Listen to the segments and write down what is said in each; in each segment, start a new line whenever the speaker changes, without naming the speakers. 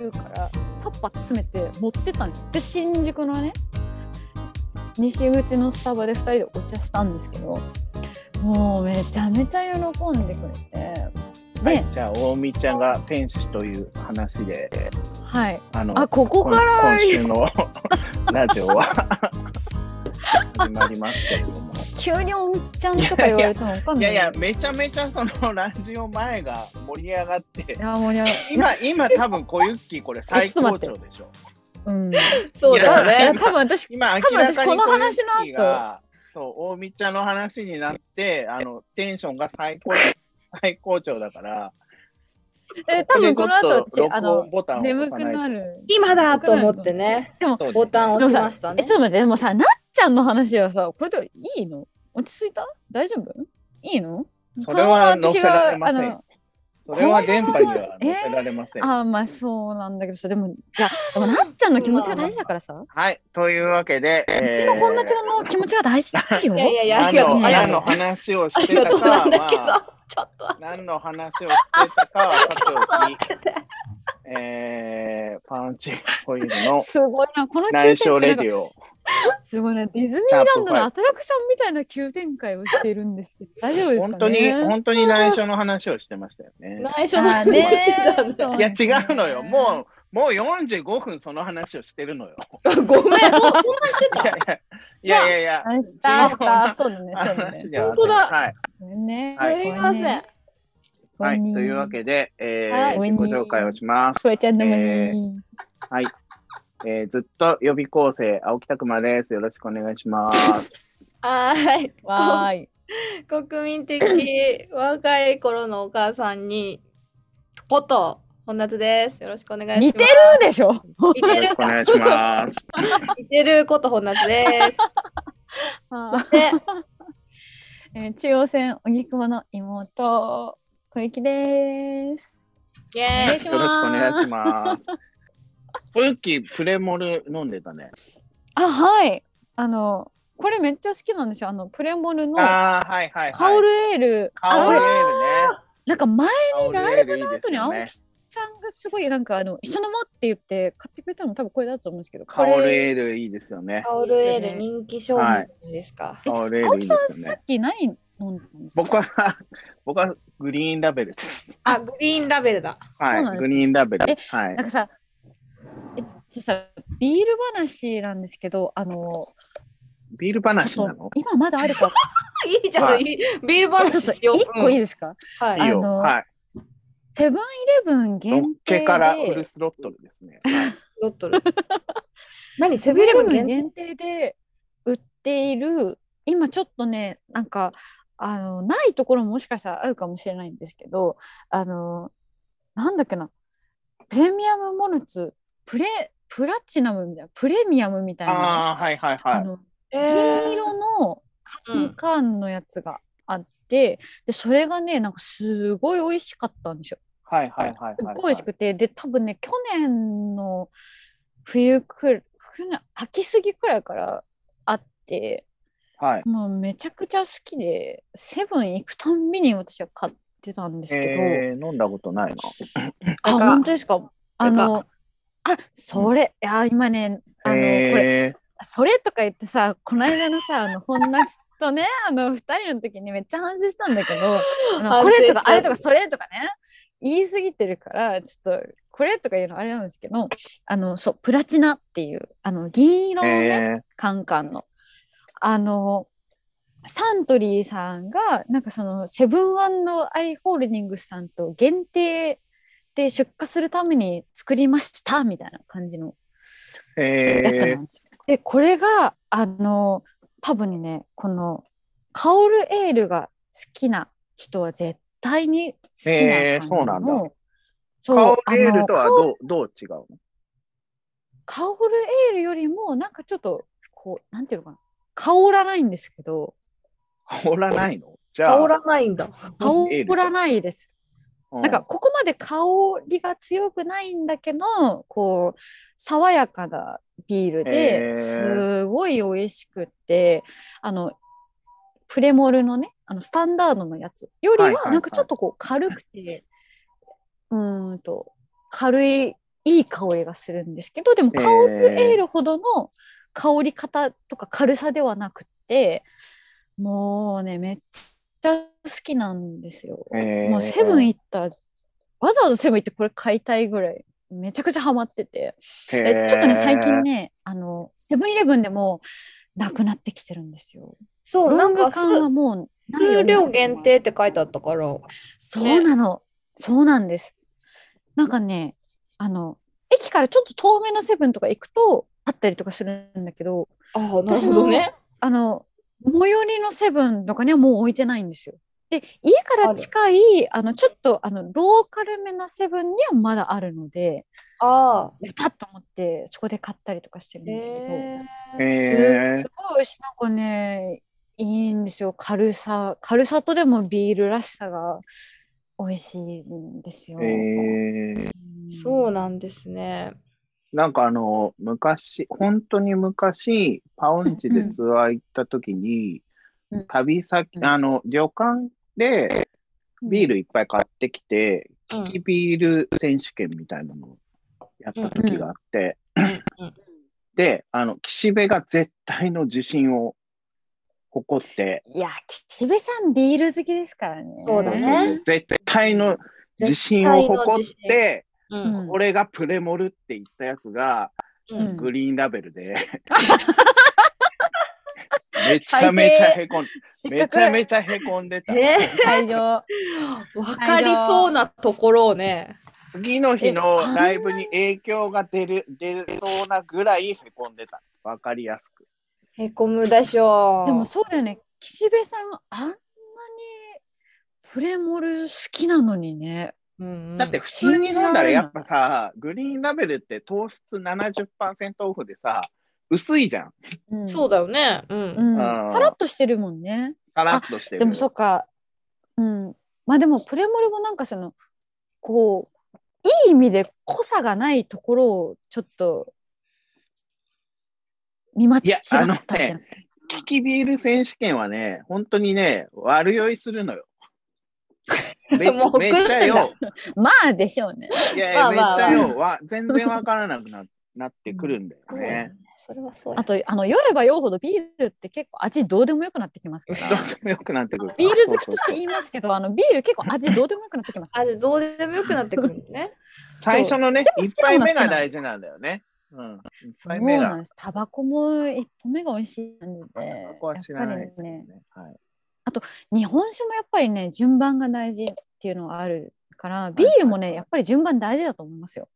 るからタッパー詰めて持ってったんですよで新宿のね西口のスタバで2人でお茶したんですけどもうめちゃめちゃ喜んでくれて
は
で
い、じゃあ、大見ちゃんが天使という話で、
はい
あの、
あここから
今今週の ラジオは始まりますけれども。
急におんちゃんとか言われても分かん
い
な
や
い
いや、めちゃめちゃそのラジオ前が盛り上がって
い、やもうね
今、今多分小ゆっきーこれ最
ちょっと待
高
って
潮でしょ。
うん
そうだ
い
よ
や
ね。
多分私
今、明
多分
ら
私
かに
この
小ゆっ
話の後
きーが、そう、大見ちゃんの話になって、あの、テンションが最高、最高潮だから、
え多分この後
ここでちょ
私
っと
あ
録
の
音ボタンを押
眠
さ
く
ないと
なる
今だと思ってね、
そうですね
ボタンを押しました
え
ね
ち。ょっと待ってでもさなっちゃんの話はさこれでいいの落ち着いた大丈夫いいの
それは載せられません
この私が
それは電波には載せられません。
あのあーまあそうなんだけどさでもいやでもなっちゃんの気持ちが大事だからさ
はい、というわけで、えー
うちの本夏の気持ちが大事だよ
いやいやいや、あ
何
りがとう。
の
ありが
何
と
の
う。
話を
あ
して
り
た
がとう
か
な
は、
んだけど
まあ、、
ちょっと。
何の話をしてたかはさておき、
待ってて
えー、パンチホイールの
すごいなこの
内
急
緒レ
展
デ
開
ィオ。
すごいなディズニーランドのアトラクションみたいな急展開をしているんですけど大丈夫ですかね
本当に、本当に内緒の話をしてましたよね。
内緒の
あーね
話だ
そ
ね。
う
いや、
なんですね
違うのよ。もう、もう45分その話をしてるのよ。
ごめん、そんなして
いやい
た。
やいやいや
明日明日そうだね
いや、
そうだね
話では
本当だ
はい。
ごめんね
は
すいません。
はい。というわけで、え
はい
ー、自己紹介をします。
フワちゃんのも
え
に
はい。えー、ずっと予備校生、青木拓磨です。よろしくお願い します。
はーい。
わーい
国民的若い頃のお母さんに、こと、本夏です。よろしくお願いします。
似てるでしょ
似
よ
て
ろし
る
くお願
か
いします。
似てること本夏です。 で、
えー中央線荻窪の妹小雪です
イ
お願
ェ
い
ーイ。
し
よ
ます
ろしくお願いします。小雪、プレモル飲んでたね。
あはいあのこれめっちゃ好きなんですよあのプレモルのカ
ああ、はいはい、はい。
オルエール、
カオ
あ
ルエ
これ
ールね。
なんか前
カオルエールいいです
後に
よ
青
ね
木。さんがすごいなんかあの一緒のもって言って買ってくれたの多分これだと思うんですけど
カ
こ
オル
れ
エールいいですよね。
タオルエール人気商品ですか。
カオルエー
青
ルい
木
い
さ
で
ん
す
さ
よね
っ。き何飲んだんですか
僕は、 僕はグリーンラベルです。
あ、グリーンラベルだ。
そう
は
なん
い、
です
グリーンラベル。は
えな
い。
んかさ、えちょっとさ、ビール話なんですけど、あの、
ビール話な
ちょ
の
っと今まだある か、
いいじゃん、
はい
い、ビールバー
ちょ
ス
っと
しよう。
一個いいですか、
うんはい
いいよ。
あの
はい。
セブンイレブン
のっ
限定
けからフ
で
ル、スロットルですね。
ロッ トル。何
セ
セブ
ブンイ
ンイレ
レブ
ブン
ン
限
限定で売っている、今ちょっとね、なんか、あの、ないところももしかしたらあるかもしれないんですけど、あの、なんだっけな、プレミアムモルツ、プレ、プラチナムみたいな、プレミアムみたいな、
ああー、はいはいは
あ
い。
の、
定
金色の
う
み
ん。
かんのやつがあって、でそれがねなんかすごい美味しかったんですよ。
はいはいはい
すっ
はい。
ごい美味しくて、で多分ね去年の冬くら去年秋過ぎくらいからあって
はい。
もうめちゃくちゃ好きでセブン行くたんびに私は買ってたんですけど、
えー、飲んだことないな。
あ
なんか
本当ですかあのあそれ、いや今ねあの、これ
え
それとか言ってさこの間のさあの本夏とねあの2人の時にめっちゃ反省したんだけどあの
反省
これと
し
か
た
あれとかそれとかね言い過ぎてるからちょっとこれとか言うのあれなんですけどあのそうプラチナっていうあの銀色
ー、
のね、
え
カンカンの。あのサントリーさんがなんかそのセブンアイ・ホールディングスさんと限定で出荷するために作りましたみたいな感じの
ー、え
やつな
ー
んですよ。でこれがあの多分ねこのカオルエールが好きな人は絶対に好きな感じの、
えーそうなんだ
そう
カオルエールとは
あの
どうどう違うの
カオカオルエールよりもなんかちょっとこうなんていうのかな香らないんですけど
香らないのじゃあ、
香らないんだ。
香
エール
らないです
うん
なんかここまで香りが強くないんだけどこう爽やかなビール
へー
ですごい美味しくてあのプレモルのねあのスタンダードのやつより
はいはいは
はいなんかちょっとこう軽くて、うーんと軽いいい香りがするんですけどでも
えー
カオルエールほどの香り方とか軽さではなくってもうねめっちゃ好きなんですよ。
えー
もうセブン行ったらわざわざセブン行ってこれ買いたいぐらいめちゃくちゃハマってて。
へ
え
ー
ちょっとね最近ねあのセブンイレブンでもなくなってきてるんですよ。
そう、な
ロン
ん
グ
か
缶は
数
もうないよ
数
ね
量限定って書いてあったから。
そうなの、そうなんです。なんかねあの駅からちょっと遠めのセブンとか行くとあったりとかするんだけど
ああ、なる
私
ほ
も
どね。
あの最寄りのセブンとかにはもう置いてないんですよ。で家から近いあのちょっとあのローカルめなセブンにはまだあるので
ああ。
パッと思ってそこで買ったりとかしてるんですけど。
へえ。
へー
すごいしなんかねいいんですよ軽さ軽さとでもビールらしさが美味しいんですよ。
えー
そうなんですね。
なんかあの、昔、本当に昔、パウンチでツアー行った時に
うん、
旅先、
うん
あの、旅館でビー
ル
ルいっぱい買ってきて、
う
利き
ん。
ビール選手権みたいなのをやった時があって、
うん
で、あの、岸辺が絶対の自信を誇って、
いや岸辺さんビール好きですからね。
そうだね
絶対の自信を誇っ
うん
て、
うん
俺がプレモルって言ったやつが、
うん
グリーンラベル で、めちゃめちゃへこんめちゃめちゃへこんでた。
ね、
会場
わかりそうなところをね。
次の日のライブに影響が出る出るそうなぐらいへこんでた。わかりやすく。
へこむでしょう。
でもそうだよね岸辺さんあんなにプレモル好きなのにね。
うんうん、
だって普通に飲んだらやっぱさ、グリーンラベルって糖質70%オフでさ、薄いじゃん。
うん
そうだよね。うん。
うん、
あー
さらっとしてるもんね。
さらっとしてる。
でもそっか、うん、まあでもプレモルもなんかそのこういい意味で濃さがないところをちょっと見間違
いや
ったみた
あ
い
の
な。
利きビール選手権はね、本当にね、悪酔いするの よ。め
もう
めっちゃよ。
まあでしょうね。
いやいや、めっ
まあ
ち
まあ
ゃよ。わ全然わからなくな なってくるんだよね。
それはそうや
あ。とあの酔えば酔うほどビールって結構味どうでもよくなってきますか
どう
ら。
でもよくなってくる。
ビール好きとして
そうそうそう
言いますけど、あのビール結構味どうでもよくなってきます。
あれどうでもよくなってくるんだね。
最初のね、
でも
一
好きな
杯
のは好
目
きな
が
の
大事なんだよね。うん。一
そう
杯目
なん
が。
です。タバコも一本目が美味しいので、
ここは知らないです
やっぱ
よ
りね
ね。はい。
日本酒もやっぱりね順番が大事っていうのはあるからビールもねやっぱり順番大事だと思いますよ。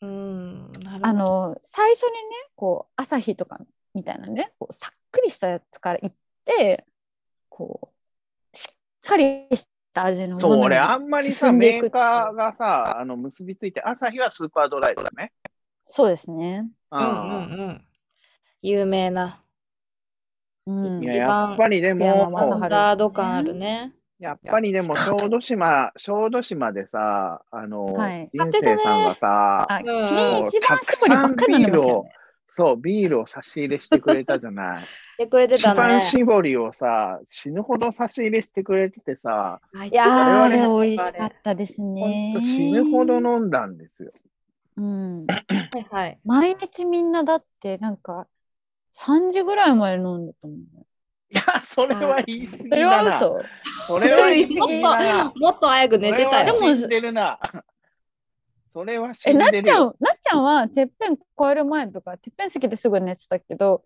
うん。なるほど
あの最初にねこう朝日とかみたいなねこうさっくりしたやつからいってこうしっかりした味のもの
そう、
に
俺、あんまりさ、
進んで
メ
いく
ーカーがさ、あの結びついて、朝日はスーパードライだね。
そうですね。
う
うんうんうん。有名な。
うん
い
一
や、
番
やっぱりで
福山
も、
雅治
スタンダード感あるね。
やっぱり でも小豆島、小豆島でさ、あの、
はい
人生さんがさ、
あ、キ
うん
リン一番搾りばっかり飲んでましたよね。
そう、ビールを差し入れしてくれたじゃ ない。
してくれて
一
た
番
ね。
搾りをさ、死ぬほど差し入れしてくれててさ、
あ
いやーあ
我
れ
々
美味しかったです
ほん
ね
と。死ぬほど飲んだんですよ。
うん。
はいはい。
毎日みんなだってなんか3時ぐらいまで飲んでたもんね。
いや、それは言い過ぎ
それ
だ
は
な。
嘘。
それは言い過ぎだ な。
もっと早く寝て
そ
たよ。
れは死んでるな。 それは死
え
ん
なっ
で
ち
る
ゃん
よ。
なっちゃんはてっぺん越える前とかてっぺん席ですぐ寝てたけど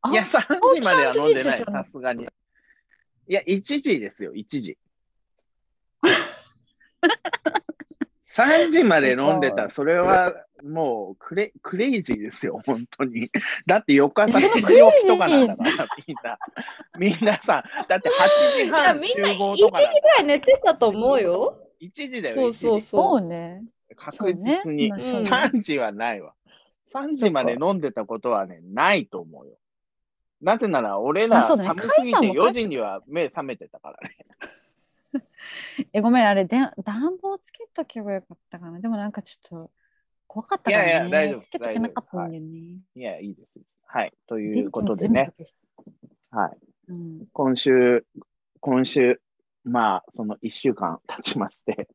あ
いや、3時までは飲んで
青木さ
ない、
んと
さすがに。いや、1時ですよ、1時。3時まで飲んでたら、それはもうクレクレイジーですよ、本当に。だって翌朝7時起きとかなんだから、みんな。みんなさ、だって8時
いや
半
みんな
集
1
合
時
と
ぐ
かなんだ。
らい寝てたと思うよ。
1時だ
そ
よ、
う
1
そう
時。
そ
そう
う。ね
確実に。
そう
ねうん
3時はないわ。3時まで飲んでたことはね、ないと思うよ。なぜなら、俺ら
あそうだね
寒すぎて
甲斐さんも
4時には目覚めてたからね。
えごめんあれで暖房つけとけばよかったかなでもなんかちょっと怖かったからね
いやいや大丈夫
つけとけなかったんだよね、
いや、いいです。はい。と
と
いうことでね、はい。
うん、
今週、今週、まあ、その1週間経ちまして、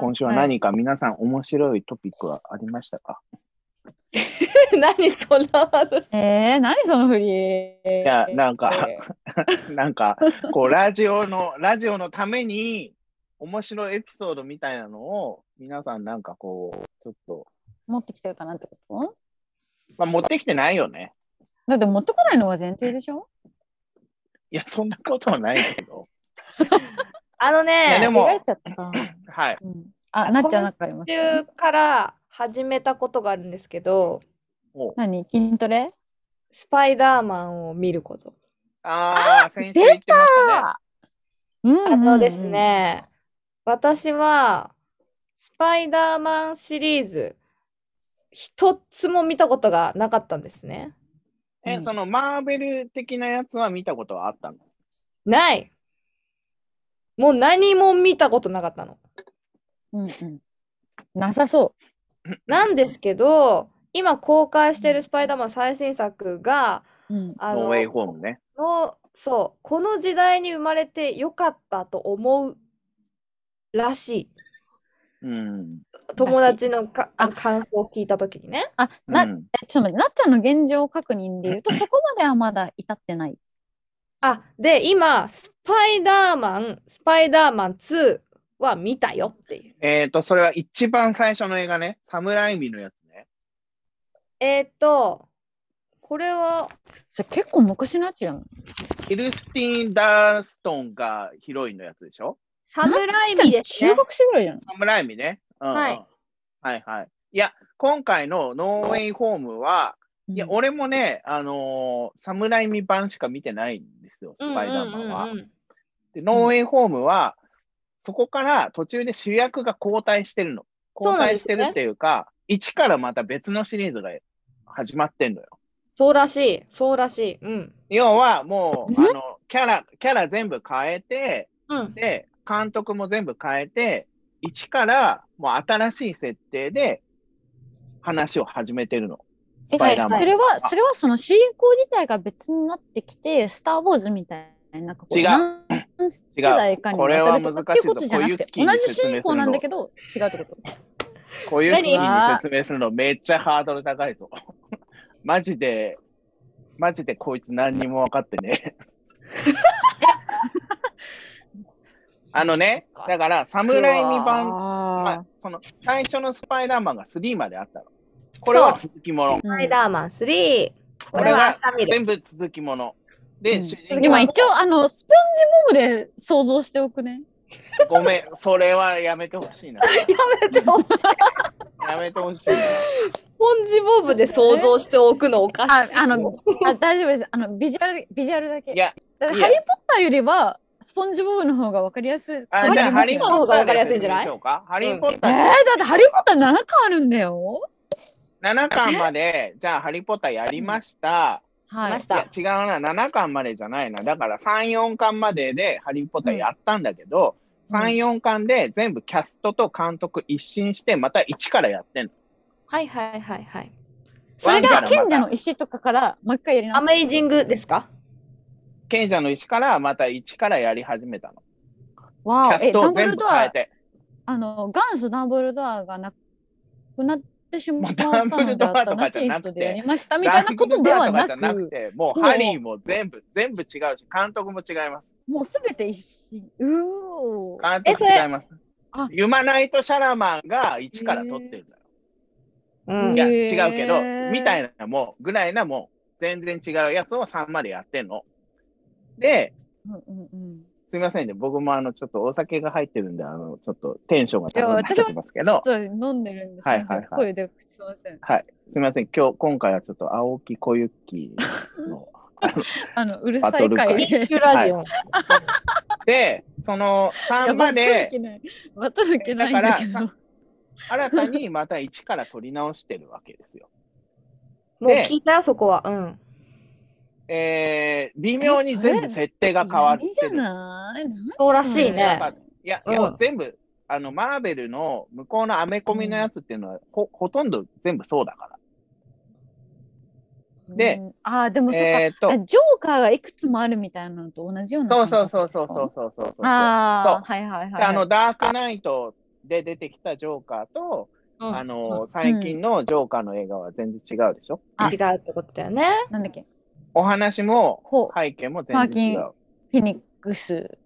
今週は何か皆さん面白いトピックはありましたか、
何その話
えー、何その振りい
いやなんかなんか、こう、ラジオの、ラジオのために、面白いエピソードみたいなのを、皆さんなんかこう、ちょっと、
持ってきてるかなってこと
まあ持ってきてないよね。
だって持ってこないのが前提でしょ
いや、そんなことはないけど。
あの
いや
ね
でも
間違えちゃった。
はい。
うん、あ、なっちゃんなんかあります
中から始めたことがあるんですけど
もう
何筋トレ
スパイダーマンを見ること、
ああ、先週言ってましたね。
うん
あのです。ね私はスパイダーマンシリーズ一つも見たことがなかったんですね
うん
え、そのマーベル的なやつは見たことはあったの
ないもう何も見たことなかったの
うんうんうんなさそ
なんですけど今公開してるスパイダーマン最新作が
う。うん、
あ
ノ
の
ーウェイホームね。
のそうこの時代に生まれてよかったと思うらしい
うん。
友達のかあ
あ
の感想を聞いた時にね
あな、
うん
えちょっと待って、なっちゃんの現状確認で言うと、そこまではまだ至ってない。
あで今スパイダーマンスパイダーマン2は見たよっていう
えっ、と、それは一番最初の映画ね。サムライミのやつね。
えーっとこれは
それ結構昔のやつじゃん。
キルスティン・ダーストンがヒロインのやつでしょ
サムライ
なっ
ミ
ちゃん
です
中
ね
学生ぐらいじゃん。
サムライミね。うんうん
はい。
はいはい。いや、今回のノーウェイホームは、いや、
うん
俺もね、あのーサムライミ版しか見てないんですよ、ス
うんうん
パイダーマンは。
うんうん
で、ノーウェイホームは、そこから途中で主役が交代してるの。
そう
交
なん
代
で
し
すね
てるっていうか、一からまた別のシリーズが始まってんのよ。
そうらしいそうらしいうん
要はもう、
え
あの、キャラ、キャラ全部変えて、
うん
で、監督も全部変えて、一からもう新しい設定で話を始めてるの。
え
スパイダーマン
それは、それはその進行自体が別になってきて、スター・ウォーズみたいな、なんかこう、
違う
何世代かに
これ
わた
は
るとか
難
って
し
い
いうぞ
ことじゃなくて、
こう
同
いう
じ
説明するの
進行なんだけど、違うってこと。
こういうふうに
何
説明するのめっちゃハードル高いぞ。 マジで、マジでこいつ何にも分かってね え。あのね、だから、サムライミ版、まあ
版。
その最初のスパイダーマンが3まであったの。これは続きもの。
スパ
う
イ
ん
ダーマン3これは明日見る
全部続きもの。で、
うん
主人公
今一応あのスポンジモブで想像しておくね。
ごめん、それはやめてほしいな。
やめてほしい
やめてほしいな。
ポンジボブで想像しておくのおか
あ
しい。
あのあ大丈夫です。あのビジュアルビジュアルだけ。
いや
だって
いや
ハリー・ポッターよりはスポンジボブの方がわかりやすい。
あ、じゃあ、ハ
わか
リ
り
ー・
ます
ポ
よ
ッター
の方が分かりやすいんじゃない
でしょうかハリー・ポッ
え
ター
ー、だってハリー・ポッター7巻あるんだよ。
7巻まで、じゃあ、ハリポタやりました。
はい。
まし
い
た
や違うな、7巻までじゃないな。だから、3、4巻まででハリポタやったんだけど、3、4巻で全部キャストと監督一新して、また1からやってんの。
はいはいはいはい。そ
そ
れ
れが
が
賢者の石とかからもう一回やり
ア
直す。
メイジングですか
賢者の石からまた1からやり始めたの。キ
わ
ャ
ーえ
スト
ダ
を
ンブ
全
ル
部
ド
変え
ア
て。
あの元祖ダンブルドアがなくなってしまった
もうダンブ
の
ル
で
ドアと
新
か
し
じゃ
い
なくて
人でやりましたみたいなことではな
ダンブルドア
く
とかじゃ、なくて、も
も
う
う
ハリーも全部、全部違うし、監督も違います。
もうすべて一新。うおー。
監
えそ
督
れ
違います
あ。
ユマナイト・シャラマンが1から撮ってるんだよ。
う
うん
いや、
へー
違うけど、みたいなもう、ぐらいなもう、全然違うやつを3までやってんの。で、
うんうんうん。
すみませんね、僕もあの、ちょっとお酒が入ってるんで、あの、ちょっとテンションが
いや
高くなっちゃってますけど、
ちょっと飲んでるんです
はいはいはい
声で口ません。
はい。すみません、今日、今回はちょっと、青木小雪の。あの
あのうるさい回
バト
で。
ュラジオ。
で、その
い
3
や
ま
バト
で
ル、きない。バトルきないんだけ
だから
ど。
新たにまた1から取り直してるわけですよ。
もう聞いたよ、そこは。うん。
えー、微妙に全部設定が変わって
いいじゃ
る。
ない。なん
そうらしい
や
や
っ
っ
ね。
ぱいや、
うん
いや全部、あの、マーベルの向こうのアメコミのやつっていうのは、ほほとんど全部そうだかで
うんああでもそ
ら。
っか。
えーっと
あ、ジョーカーがいくつもあるみたいなのと同じような
そう
感
そう
覚
そ
です
うそ
か
うそうそうそうそう。
ああ
そ
はいはいはいはい
うであの、ダークナイトで出てきたジョーカーと、
うん
あの、最近のジョーカーの映画は全然違うでしょ
あ
違うってことだよね。
なんだっけ
お話も
ほう
背景も全然違
マ
う。
フェニックス。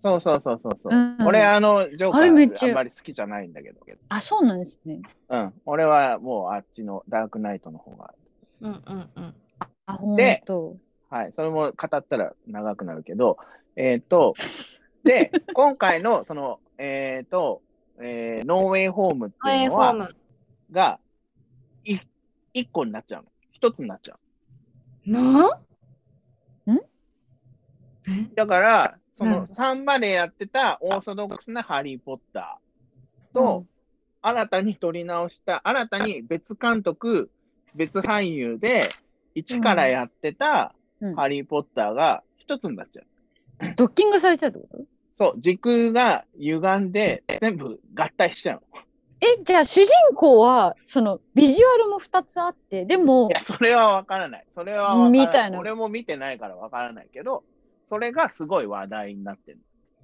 そうそうそうそうそ
う
う。
ん
俺、あの、ジョーカ
あれめっ
ー
ち
あ
ゃ
んまり好きじゃないんだけど。
あ、そうなんですね。
うん。俺はもうあっちのダークナイトの方が。
うんうんうん。
あ、ほん
で
と。
はい。それも語ったら長くなるけど、えっ、と、 で、今回の、その、えっ、と、えーノーウェイホームって
ハ
いう
イ
の
フォー
は、
ム。
が、い、一個になっちゃうの。一つになっちゃう。
なあ
ん
え
だから、その
うん
3までやってたオーソドックスなハリー・ポッターと、新たに撮り直した、新たに別監督、別俳優で、一からやってた
うん
ハリー・ポッターが一つになっちゃ
う
う。
んドッキングされちゃうってこと
そう、時空が歪んで、全部合体しちゃう
え、じゃあ主人公は、その、ビジュアルも2つあって、でも
の。い、や、それはわからない。それはわから
みたいな
俺も見てないからわからないけど、それがすごい話題になってる。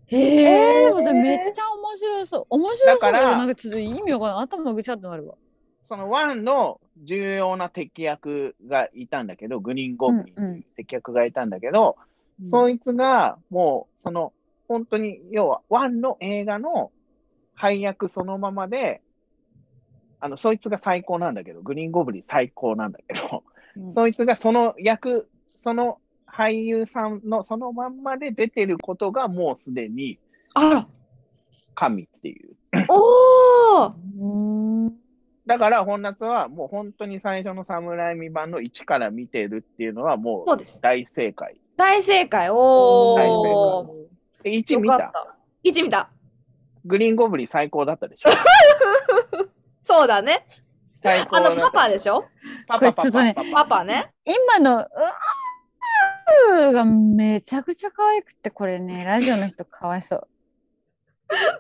えー、
へ
で
え
もそれめっちゃ面白そう。面白そうだけど
だから
なんかちょっと意味わかんない。頭ぐちゃっとなるわ。
そのワンの重要な敵役がいたんだけど、グリーン・ゴブリンと
うんう
いうん敵役がいたんだけど、そいつがもう、その、本当に、要は、ワンの映画の配役そのままで、あの、そいつが最高なんだけど、グリーン・ゴブリン最高なんだけど、
うん
そいつがその役、その俳優さんのそのまんまで出てることがもうすでに
あら
神っていう。
おお
うん
だから、本夏はもう本当に最初の侍未版の1から見てるっていうのはも
そう
う
です。
大正解。
大正解。お
大
お。
正え、1
よ
見
かったた。一見た。
グリーンゴブリン最高だったで しょ
そうだね。
最
あ
高だ
の
った
パパでしょ
パパパ
これちょっとね
パパ
パパね。
今の「うーがめちゃくちゃ可愛くてこれねラジオの人かわいそ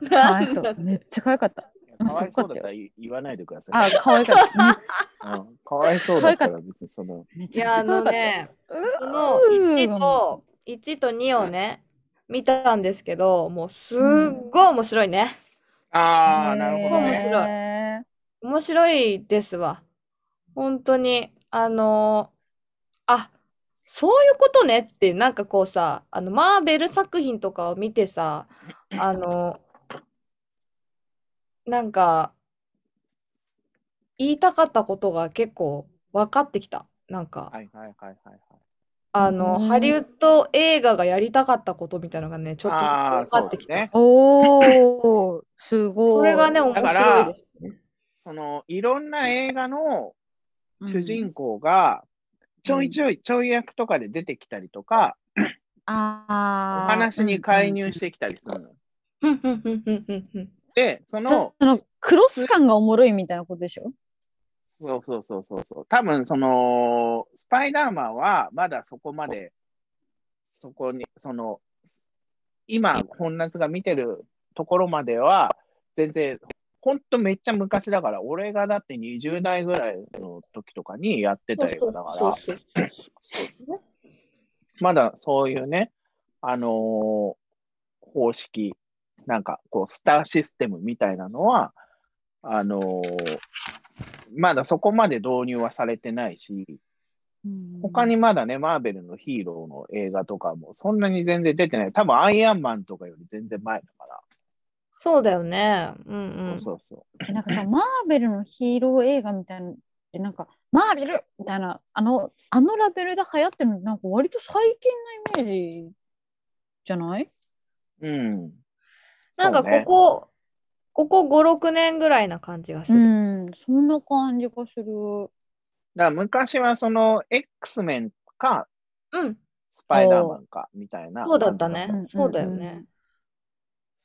うかわいそう めっちゃ可愛かった
かわいそうだったら言言わないでくださ
あ
い。
可愛かっためっ
うんかわいそうだったら別にその。
め
い
ち
や
ゃ
あ
くちゃ可
の
愛かった
ね、この
うー
1と1と2をね、見たんですけど、もうすっごい面白いね。
ああ、なるほど
面
ね。
白い
ね
面白いですわ。本当に。あのーあ、そういうことねっていう、なんかこうさ、あの、マーベル作品とかを見てさ、あのーなんか、言いたかったことが結構分かってきた。なんか、
はいはいはいはいはい。
あの、
うん
ハリウッド映画がやりたかったことみたいなのがね、ちょっと
ああ、
分か
そ
っ
う
て
で
き
す
た。
ね。
おーすごい
それがね、面
だか
白
ら
いですね。
その、いろんな映画の
うん
主人公が、ちょいちょいちょい役とかで出てきたりとか、お
あー
話に介入してきたりするの。
ふんふんふんふんふんふん。
で、そ
うんうんうん
の、
そのクロス感がおもろいみたいなことでしょ
そうそうそうそうそう。多分その、スパイダーマンはまだそこまで、そこに、その、今、本夏が見てるところまでは、全然、ほんとめっちゃ昔だから、俺がだって20代ぐらいの時とかにやってた映画だ
そ
か
う
ら、
そうそうそう。
まだそういうね、あのー方式、なんかこう、スターシステムみたいなのは、あのーまだそこまで導入はされてないし、他にまだね、マーベルのヒーローの映画とかもそんなに全然出てない。多分アイアンマンとかより全然前だから。
そうだよね。うん
そうそう
えなんかさ、マーベルのヒーロー映画みたいなのって、なんか、マーベルみたいな、あの、あのラベルで流行ってるの、なんか割と最近のイメージじゃない
そう。うん。
なんかここ、ここ5、6年ぐらいな感じがす
う
る。
ん、そんな感じがする。
だから昔はその X メンか
うん、
スパイダーマンかみたいな。
そうだったね
うんうんうん。
そうだよね。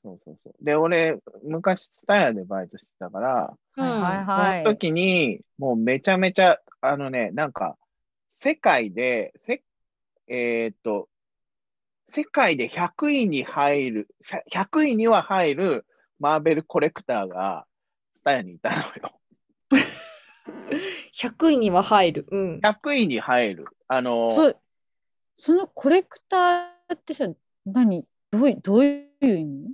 そうそうそう。で、俺、昔、ツタヤでバイトしてたから、
うん
はい
その
はい。
時に、もうめちゃめちゃ、あのね、なんか、世界で、せえーっと、世界で100位に入る、さ100位には入るマーベルコレクターが、スタヤに いたのよ。
100位には入る。うん。
100位に入る。あの、
そそのコレクターってさ、何どういどういう意味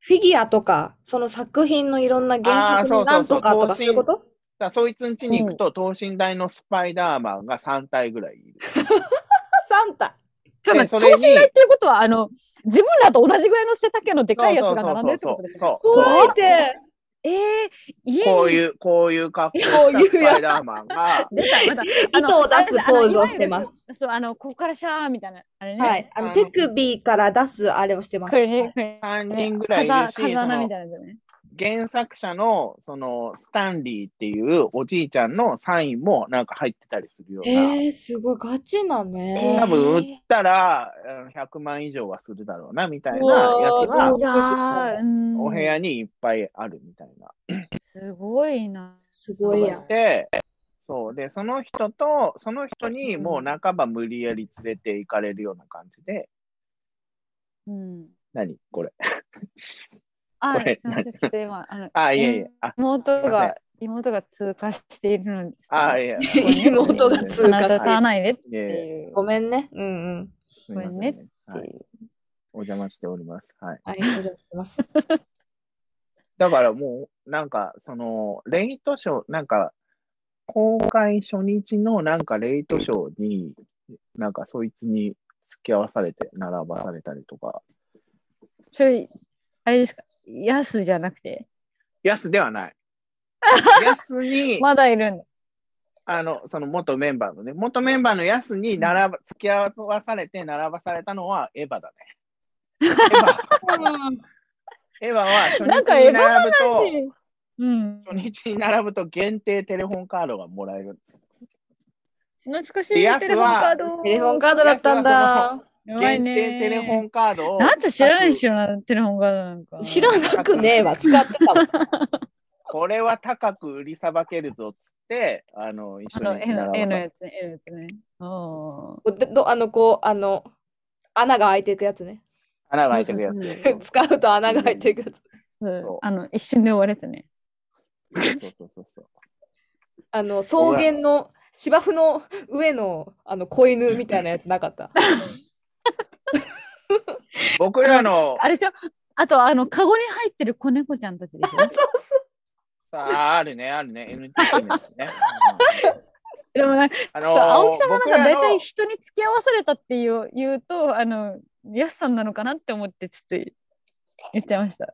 フィギュアとか、その作品のいろんな原
あーそう
作の
そ
な
うんそう
とかと
更
かそ
新
ういうこと
らそいつん家に行くと、等身大のスパイダーマンが3体ぐらいいる。
サンタ。
ちょっと待って、
それ
等
に
身大っていうことは、あの、自分らと同じぐらいの背丈の でかいやつが並んでるってことですか
そうそうそうそう
怖いて。
ええ家に
こういう、こういう格好をしたスパイダーマンが、
出た、 また。
糸を出すポーズをしてま
あのいわゆるそうそう、あの、ここからシャーみたいな。あれね。
はい。あ
あの
の、手首から出すあれをしてます。
これね、これ。
3
ね
人ぐらいいる
風
し、そ
風穴み
の
たいなんじゃない
原作者の、その、スタンリーっていうおじいちゃんのサインもなんか入ってたりするような。
えー、すごいガチな
ー
ね。
多分売ったらうん100万以上はするだろうなみたいな
うわー
やつが
どう
いやー、うん。
お部屋にいっぱいあるみたいな。
すごいな。
すごいや。
うん
で、そう。で、その人と、その人にもう半ば無理やり連れて行かれるような感じで、
うん。
何これ。
あ
これ、
すみません。ちょっと今、あの、
あ、いえいえ。あ、
妹
すいま
が、妹が通過しているのです。
あ、い
え。
えいえ。
妹が
あ
通
なた
過す
立た
る。
ないでって
いえいえ
いう。
ごめんね。うんうん。
すいません
ごめんねって
はいお邪魔しております。はい。
愛するます。
だからもう、なんか、その、レイトショー、なんか、公開初日のなんかレイトショーに、なんかそいつに付き合わされて、並ばされたりとか、
それ、あれですか、ヤスじゃなくて、
ヤスでは ない。ヤスに、
まだいるんだ。
あの、その元メンバーのね、元メンバーのヤスに並ば、付き合わされて、並ばされたのはエヴァだ ね。エヴァエヴァは初
なんか
日に
エヴァ
並ぶと、
うん。
初日に並ぶと限定テレホンカードがもらえるんです。
懐かしい。
でヤスは
テレホンカード。
テレホンカードだったんだ。
やばい
限
ね
定テレホンカードを。
なんち知らないでしょ、テレホンカードなんか。
知らなくねえわ。使ってたもん。
これは高く売りさばけるぞっつって、あの、一
あ
緒
の、
に
絵の
並ば
絵
さ
の
れ
やつね、絵のやつね。あ
こうでどあの、こう、あの、穴が開いていくやつね。
穴が開いてるやつ。
つ
使うと穴が開いていくやつ。
そう
あの、一瞬で終わるやつね。
そうそうそうそう。
あの、草原の芝生の上のあの子犬みたいなやつなかった。
僕らの、
あれでしょあと、あの、カゴに入ってる子猫ちゃんたちでしょ
さあ、あるね、あるね、NTT のやつ ね。
でもなんか、
あ
そう青木さんはなんか大
僕らの
体人に付き合わされたっていう言うと、あの、やすさんなのかなって思って、ちょっと言っちゃいました。
い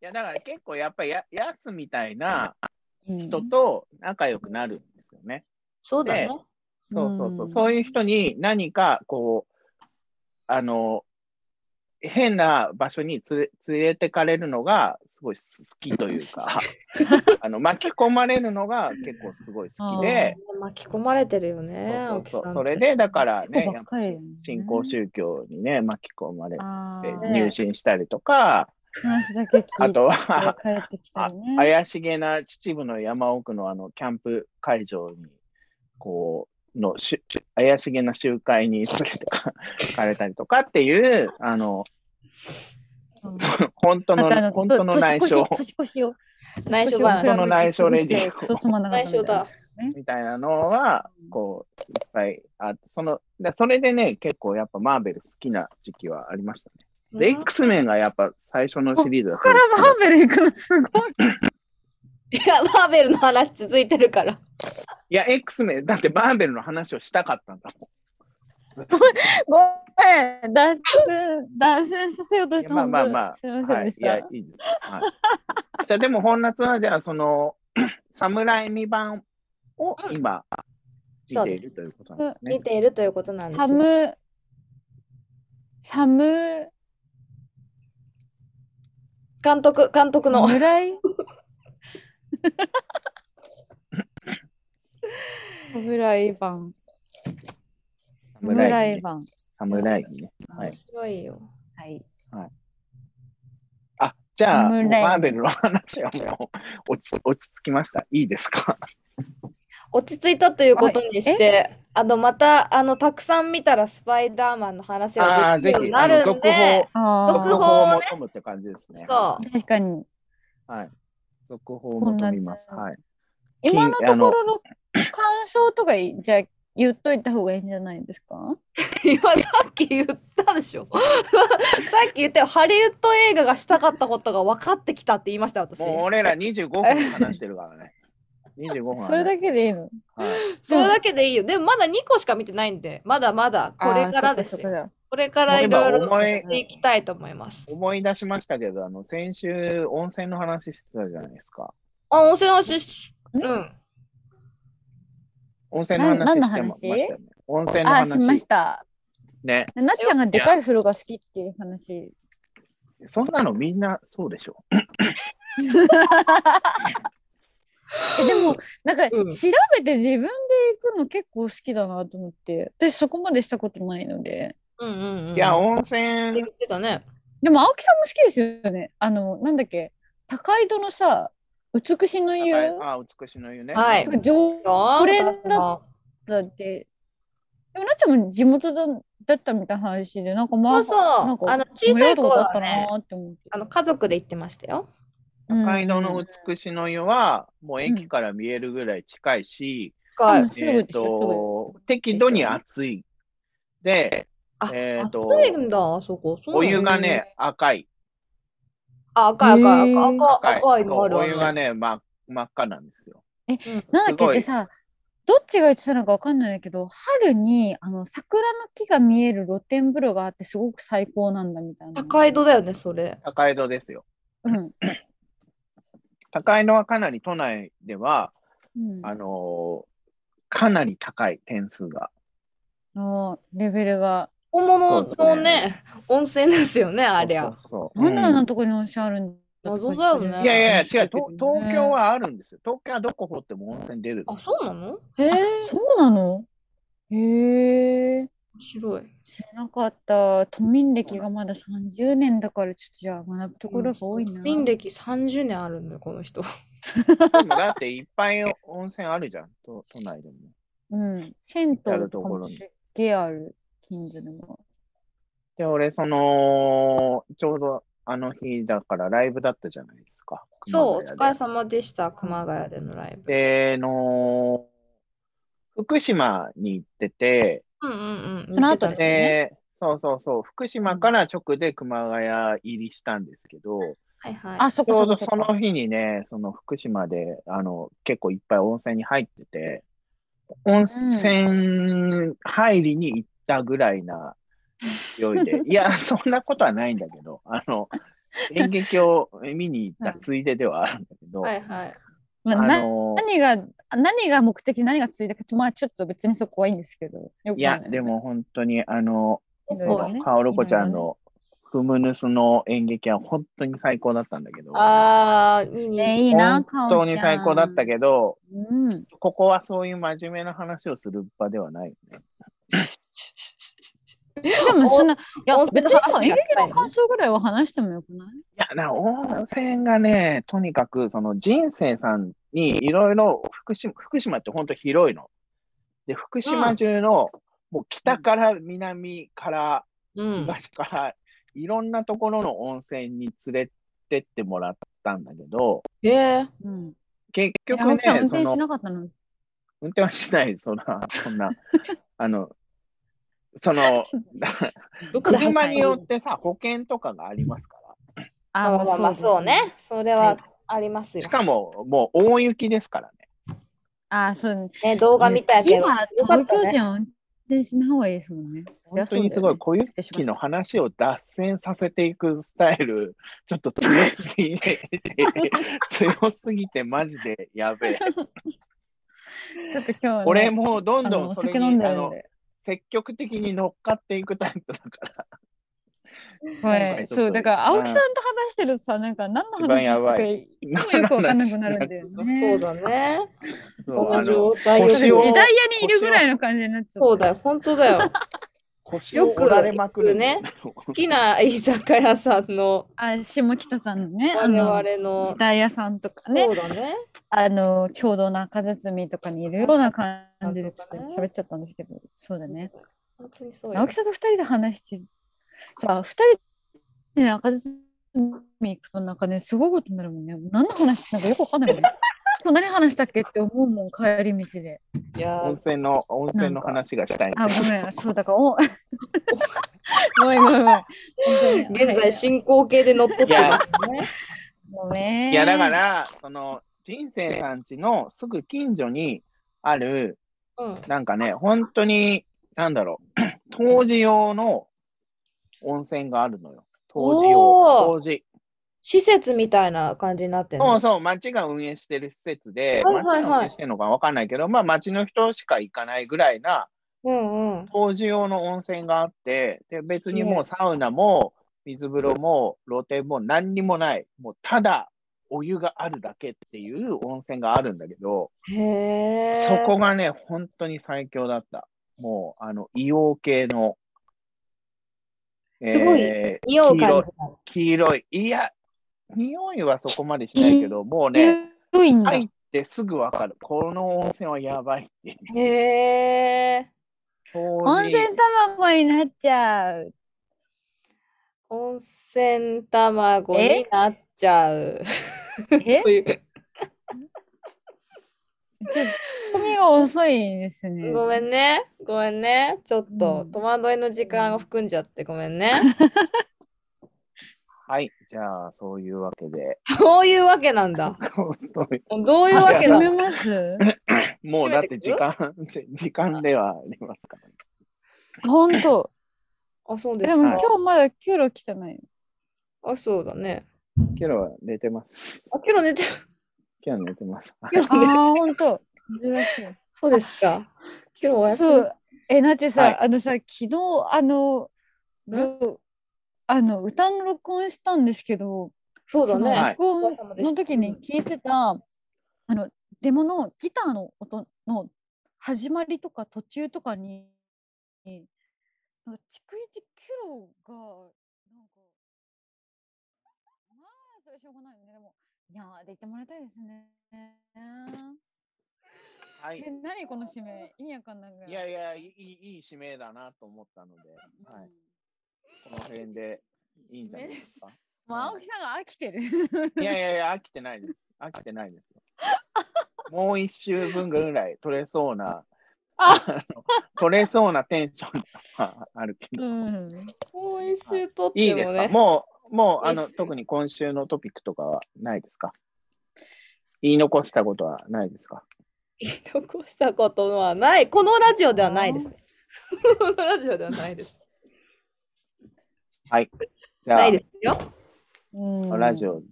や、だから結構やっぱりや、やつみたいな
うん
人と仲良くなるんですよね。
そうだ
だね
ね。
そうそうそうう。
ん
そういう人に何か、こう、あの、変な場所に連れ連れてかれるのがすごい好きとい うかあの巻き込まれるのが結構すごい好きで
巻き込まれてるよ
そう
ね。
そうそう
青木さん
それでだから
そ
ね
うばっかりだよね
やっぱ新興宗教にね巻き込まれて
あー
入信したりとか
話だけ聞いて
あとは
帰ってきたりね。
怪しげな秩父の山奥のあのキャンプ会場に、こう、のしゅ怪しげな集会に連れてか行かれたり とかっていう、あの、
うん
本当
あとあ
の、
の
本当の内緒
年越し年越しを。
内
本
緒
当
話。
の内緒レディー
クソつまんなかった
内
みた
緒
いな
だ。。
みたいなのは、こう、いっぱいあって、その、でそれでね、結構やっぱマーベル好きな時期はありましたね。で、X メンがやっぱ最初のシリーズだ
ここからマーベル行くのすごい。
いや、マーベルの話続いてるから。
いや、X メン、だってマーベルの話をしたかったんだもん。
ごめん、脱線、脱線させようと
い
し
や
た
まあまあまあ
本。当にすみませ
は
ん
い、
でした。
いや、いいです。はい、じゃあ、でも、本夏は、じゃあ、その、 侍未版を今、見ているということなんですね
見。ているということなんで
サ。
す
ム、サム、
監督、監督の。
侍侍版、
侍
侍
着ね。
版。
侍着ね。はい
面白いよ。
はい。
あ、じゃあ、もう
侍着
マーベルの話はもう落ち 落ち着きました。いいですか。
落ち着いたということにして、あの、また、あの、たくさん見たらスパイダーマンの話
あ
が
あ、
でき
ぜ
るよう
ひ、
にな
あの
るん
続
で
報、、
あー
続
続
報
報を
ね
求むって感じですね。
そ
確かに。
はい。続報を求みます。
こんな
はい。
今のところの感想とかいじゃあ言っといた方がいいんじゃないですか
今さっき言ったでしょ さっき言ったよハリウッド映画がしたかったことが分かってきたって言いました私
もう俺ら25分話してるからね。25分話
それだけでいいの
はい
それだけでいいよでもまだ2個しか見てないんでまだまだこれからです
あーそっ
よ
そっか
これからいろいろ
もう今
していきたいと思います
思い出しましたけど、あの、先週、温泉の話してたじゃないですか。
あ温泉の話しうん
温泉の話して
な
ま
何の
したよ
話
ね。温泉の
あーしま
話
し。た
ね。
なっちゃんがでかい風呂が好きっていう話
そんなのみんなそうでしょ。
えでもなんか調
うん
べて自分で行くの結構好きだなと思って私そこまでしたことないので
うんうんうん
いや、
って
温
言
泉、
ってたね
でも青木さんも好きですよねあのなんだっけ高井戸のさ美しの湯
あ、美しの湯ね。
はい
とか上これだ
あ
だってでもなっちゃんも地元だだったみたいな話でなんかま
そ
あ
うそう
なんか
あの小さい頃
だっ
は
たな
ね
ーって思って
あの家族で行ってましたよ
高井戸の美しの湯は、もう駅から見えるぐらい近いし、
近
う
い
んすぐ
えっ
ですよ
と、適度に暑い。で、
あ
えーと
暑いんだあそこそう
お湯がね、赤い。
あ赤い赤い
へー
赤
赤
い
い。
赤いのある
お
あ
湯
る
がね、ま真っ赤なんですよ。
なんだっけ
すご
っ
い
てさどっちが言ってたのかわかんないけど春にあの桜の木が見える露天風呂があってすごく最高なんだみたいな。
高井戸だよねそれ
高井戸ですよ。
うん
高井戸はかなり都内では、
うん、
あ
あ
のーかなり高い点数が。
のレベルが。
本物
そ
の
うです
ね温泉ですよねありゃ
そうそうそう
なんであん
う
なんとこに温泉あるんだとか言って
謎だよね
いやいやいや、違う、
と
と東京。はあるんですよ。東京はどこ掘っても温泉出る。
あそうなのへえ
そうなのへえ
面白い
知らなかった。都民歴がまだ30年だからちょっとじゃあ学ぶところが多いな。
都民歴30年あるんだよこの人
でもだっていっぱい温泉あるじゃん、都都内でも。
うん。銭湯と
やる
か
ところ
も
に
すっげえある。近所でも。
で、俺、その、ちょうどあの日だからライブだったじゃないですか。
そうお
熊
疲
谷
れ
で
様でした熊谷でのライブ
で、のー福島に行ってて、
うんうんうん
その後
見
で
て
す
た
よね
で、そうそうそう、福島から直で熊谷入りしたんですけど、
はいはい
あ、そ
ち
こ
ょ
そう
ど
こ
その日にね、その福島で、あの、結構いっぱい温泉に入ってて、温泉入りに行ったぐらいな勢いで、 いや、そんなことはないんだけど、あの、演劇を見に行ったついでではあるんだけど、
はいはい
まあ
あ
な
の、
何が何が目的何がついでかまあちょっと別にそこはいいんですけどよく
いや、
ない
でも本当に、あの、
いろい
そ
ろね
う、カオロコちゃんのフムヌスの演劇は本当に最高だったんだけど、
あー見に
ねいいな
本当に最高だった
ど、
けど、
うん、
ここはそういう真面目な話をする場ではないよね。
でもそんないや
温泉
別
の
に
話が
さ
したい
演
の
劇の感想ぐらいは話してもよくない
いや、な温泉がね、とにかく、その人生さんにいろいろ福島、福島って本当広いの。で、福島中の、もう北から南から
うん
東から、いろんなところの温泉に連れてってもらったんだけど、
へえ
うん、
結
いや
局
青
ね
木さん、運
そ
転
の
し、なかったの
運転はしない、そんな、そんな、あの、その、
どこで働いてる
車によってさ、保険とかがありますから。
あ
あ
まあ
まあまあ
です
そうねそれは
はい
ありますよ
しかも、もう大雪ですからね。
あそう
ね動画見たけど
雪は
よかっ
東京
たね
人は運転しない方がいいですもんねそり
本
ゃ
当
そうだよ
に
ね
すごい、小雪
失礼し
の
まし
話を脱線させていくスタイル、 ちょっと強すぎ て、強すぎて、マジでやべえ。
たちょっと今日、ね、
俺もうどん
あ
ど
の
ん
お
それ
酒
に
飲んで
あ
るん
の
で
積極的に乗っかっていくタイプだから、
はい、そうだから青木さんと話してるとさなんか何の
一番
話
や
し
ば
てるかよくわかんなくなるんだよね
そうだね
そう
そ
あ
の
の
状態
なんか
よ
腰
時
を
代屋にいるぐらいの感じになっちゃった。
そうだよ本当だ よ
腰を折られまくるんだよ。
好きな居酒屋さんの
あ、下北さんのね、
我
あ
々
の、
の
時代屋さんとかね
そ、うだね
あの、共同中包とかにいるような感じで、ちょっと
なんとかね
喋っちゃったんですけど、そうだね。
本当にそうよ
青木さんと二人で話してる。じゃあ、二人 で中包み行くとなんかね、すごいことになるもんね。何の話してんのかよくわかんないもんね。と何話したっけって思うもん、帰り道で。
いや
温泉の、温泉の話がしたいん
あ、
で
ご
す。
め ん、そうだから、お ごめん、ごめん、ごめん。
現在進行形で乗っ取っ
い
てま
や
すね。
ごめん。
いや、だか、ら、その、人生さんちのすぐ近所にある、
うん
なんかね、本当に、なんだろう、 当時用の温泉があるのよ。当時用。
おー
当時。
施設みたいな感じになってる
そ
の
う。そう、町が運営してる施設で、
はいはいはい
町が運営してるのかわかんないけど、まあ町の人しか行かないぐらいな、
うんうん。
当時用の温泉があって、で別に
すげ
も
え
うサウナも水風呂も露天も何にもない、もうただお湯があるだけっていう温泉があるんだけど、
へえ。
そこがね、本当に最強だった。もう、あの、硫黄系の、
すごい
えー
匂う感じだ。
黄色い。いや、匂いはそこまでしないけど、もうね、
広いんだ。
入ってすぐわかる。この温泉はやばいっていう。
へえ。
温泉卵になっちゃう。
温泉卵に
え
なっちゃう。
え
という
ちょっとツッコミが遅いですね。
ごめんね。ごめんね。ちょっと
うん
戸惑いの時間を含んじゃってごめんね。
はい。じゃあ、そういうわけで。
そういうわけなんだ。
そういう
どういうわけ
あ閉
だ
めます
もうだって時間、 時間ではありますから、ね。
本当。
あ、そうで
ですも
か
今。日まだキュロ来てない。
あ、そうだね。
キャロは寝てます。
あ、今日寝てる。
キャロ寝てます。
ああー、本当。珍しい。
そうですか。今日お休み。
そう。え、なってさ、
はい
あのさ、昨日、あの、
ん
ろあの、歌の録音したんですけど、
そうだ
の
はい
ね。
録
お疲れ様
音
でした
の時に聞いてた、あの、デモのギターの音の始まりとか途中とかに、なんか逐一キュロが、なんか、まあ、それしょうがないよね。でも、いやーで言ってもらいたいですね。
は い
え、。何この締め意味わかんないぐらい。
いやいや、いい、いい指名だなと思ったので、はい。この辺でいいんじゃないですか。
もう青木さんが飽きてる。
いやいやいや、飽きてないです。飽きてないですよ。もう一周分ぐらい取れそうな、
あ
あの取れそうなテンションがあるけど。
うん、
もう一周とっ
い
て
いで
も
すか
ね。
もう、もう、あ
いい
の、
です
特に今週のトピックとかはないですか言い残したことはないですか
言い残したことはない。このラジオではないです。このラジオではないです。
じゃ
な
あ
い、ですよ。
うん
ラジ。オ、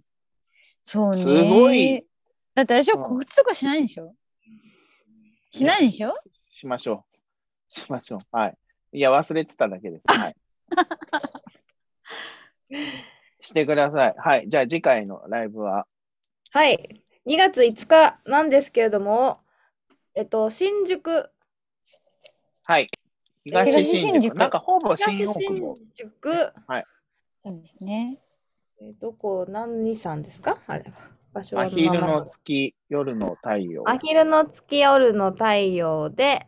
そうね。
すごい。
だって私は
うん
告知とかしないんでしょしないんでしょ
しましょう。 しましょう。はい。いや、忘れてただけです。はい。 してください。はい。じゃあ、次回のライブは、
はい。2月5日なんですけれども、えっと、新宿、
はい。東新宿。
東新宿
なんか、ほぼ
東
新
新
大久保。
宿、
そうですね。
えーどこ、何さんですかあれは。場所は
アヒルの月、夜の太陽。
アヒルの月夜の太陽で、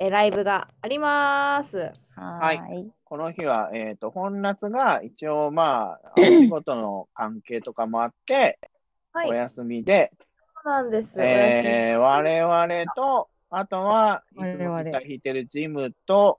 えライブがあります。
はいーい。
この日は、えっ、と、本夏が一応、ま あ、お仕事の関係とかもあって、
は
お
い。そう
休みで、
なんです。
えー我々と、あとは、いつもギ
我々
ター弾いてるジムと、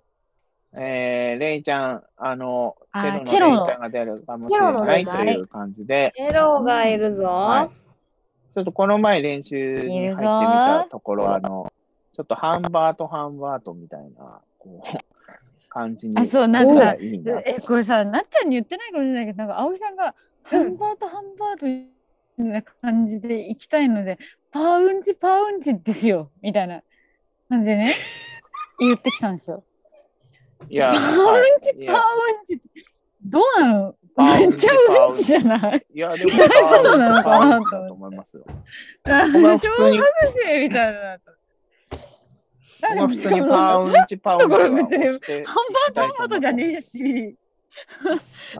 えー、レイちゃん、あの、
あー
チェロのレイ
チェ
ちゃんが出るかもし
チェロの
れない
レイ
という感じで、
エロがいるぞ。
はいちょっとこの前練習に入ってみたところ、あの、ちょっとハンバートハンバートみたいな、こう、感じに。
あそうなんかさ
いいなって
え、これさ、なっちゃんに言ってないかもしれないけど、なんか青木さんがハンバートハンバートみたいな感じで行きたいので、パウンチパウンチですよ、みたいな感じでね、言ってきたんですよ。
いや、
パウン
はい
チ
い
パ
や
ウンチどうなの
パウ
め
ン
っ
チ
ちゃ
パ
ウ
ウン
ンチ
チ
じゃない
いや、で も、
大丈夫なのかな
だと思いますよ。僕は
小
普通に、
学生みたいな。
僕は普通にパ
ハン
ウンチパウンチは押して。
バートトマトじゃねえし。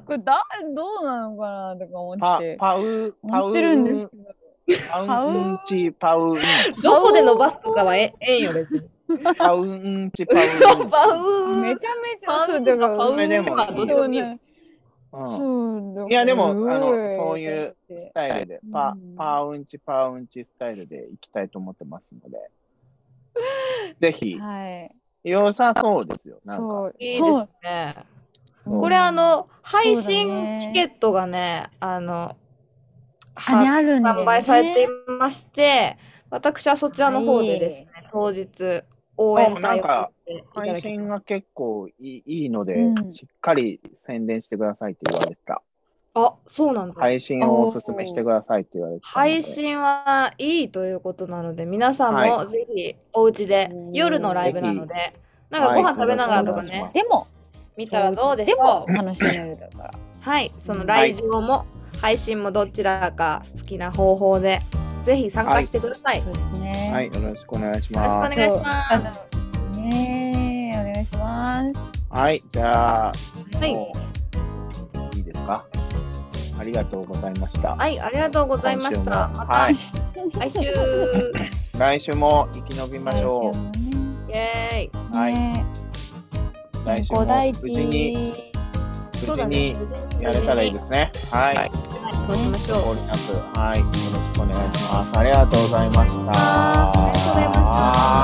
これだどうなのかなとか思
パ
って。
パウ、パ
思
ウ
ってるんですけど。
パウンチ、パウンチ、
どこで伸ばすとかはええんよ、別に。
パウンチ、パウンチ。
バウーン
めちゃめち
パウ
ゃ
ン
そうだか
パウ
ら。そ
ン
う
チ
ね
はどうでもいい
だ
うん
そう
いやでも
すごい
あのそういうスタイルで、パ
うん
パーウンチパーウンチスタイルでいきたいと思ってま すので、ぜひ、
はい
良さそうですよ。なんか
そう
いいで
そ
す
う
ね。
うん
これあの配
そうだ
信
ね
チケットがねあの
羽あるんで、ね、
販売されていまして私はそちらの方でですね、当日応援隊をさせていただ
配
き
信が結構いいいいので、
うん
しっかり宣伝してくださいって言われた。
あそうなんだ、
配信をおすすめしてくださいって言われてたので。
配信はいいということなので皆さん
は
もぜひお家で
うん
夜のライブなのでなんかご飯食べながらとかね、
はい
でも
見たらどうでし
でも
ょう
楽しめるだから
はいその来場も配信もどちらか好きな方法でぜひ参加してください、
そうですね
はい、よろしくお願いし
よろしくお
ま
願い
す。
します
すねえお願いします
はい、じゃあ、
はい
もういいですかありがとうございました。
はい、ありがとうございました。
今週も
ま
は
た
い、
来 週。
来週も生き延びましょ
来週もね
イエーイ。
う。はい、
ねえ
来週
健康第
も
一
無事に、無事に
無事
やれたらいい
無
で
事
すね。はい、
はいにそうしましょう。
ゴールナップはい、よろしくお願いします。ありがとうございました。
ありがとうございました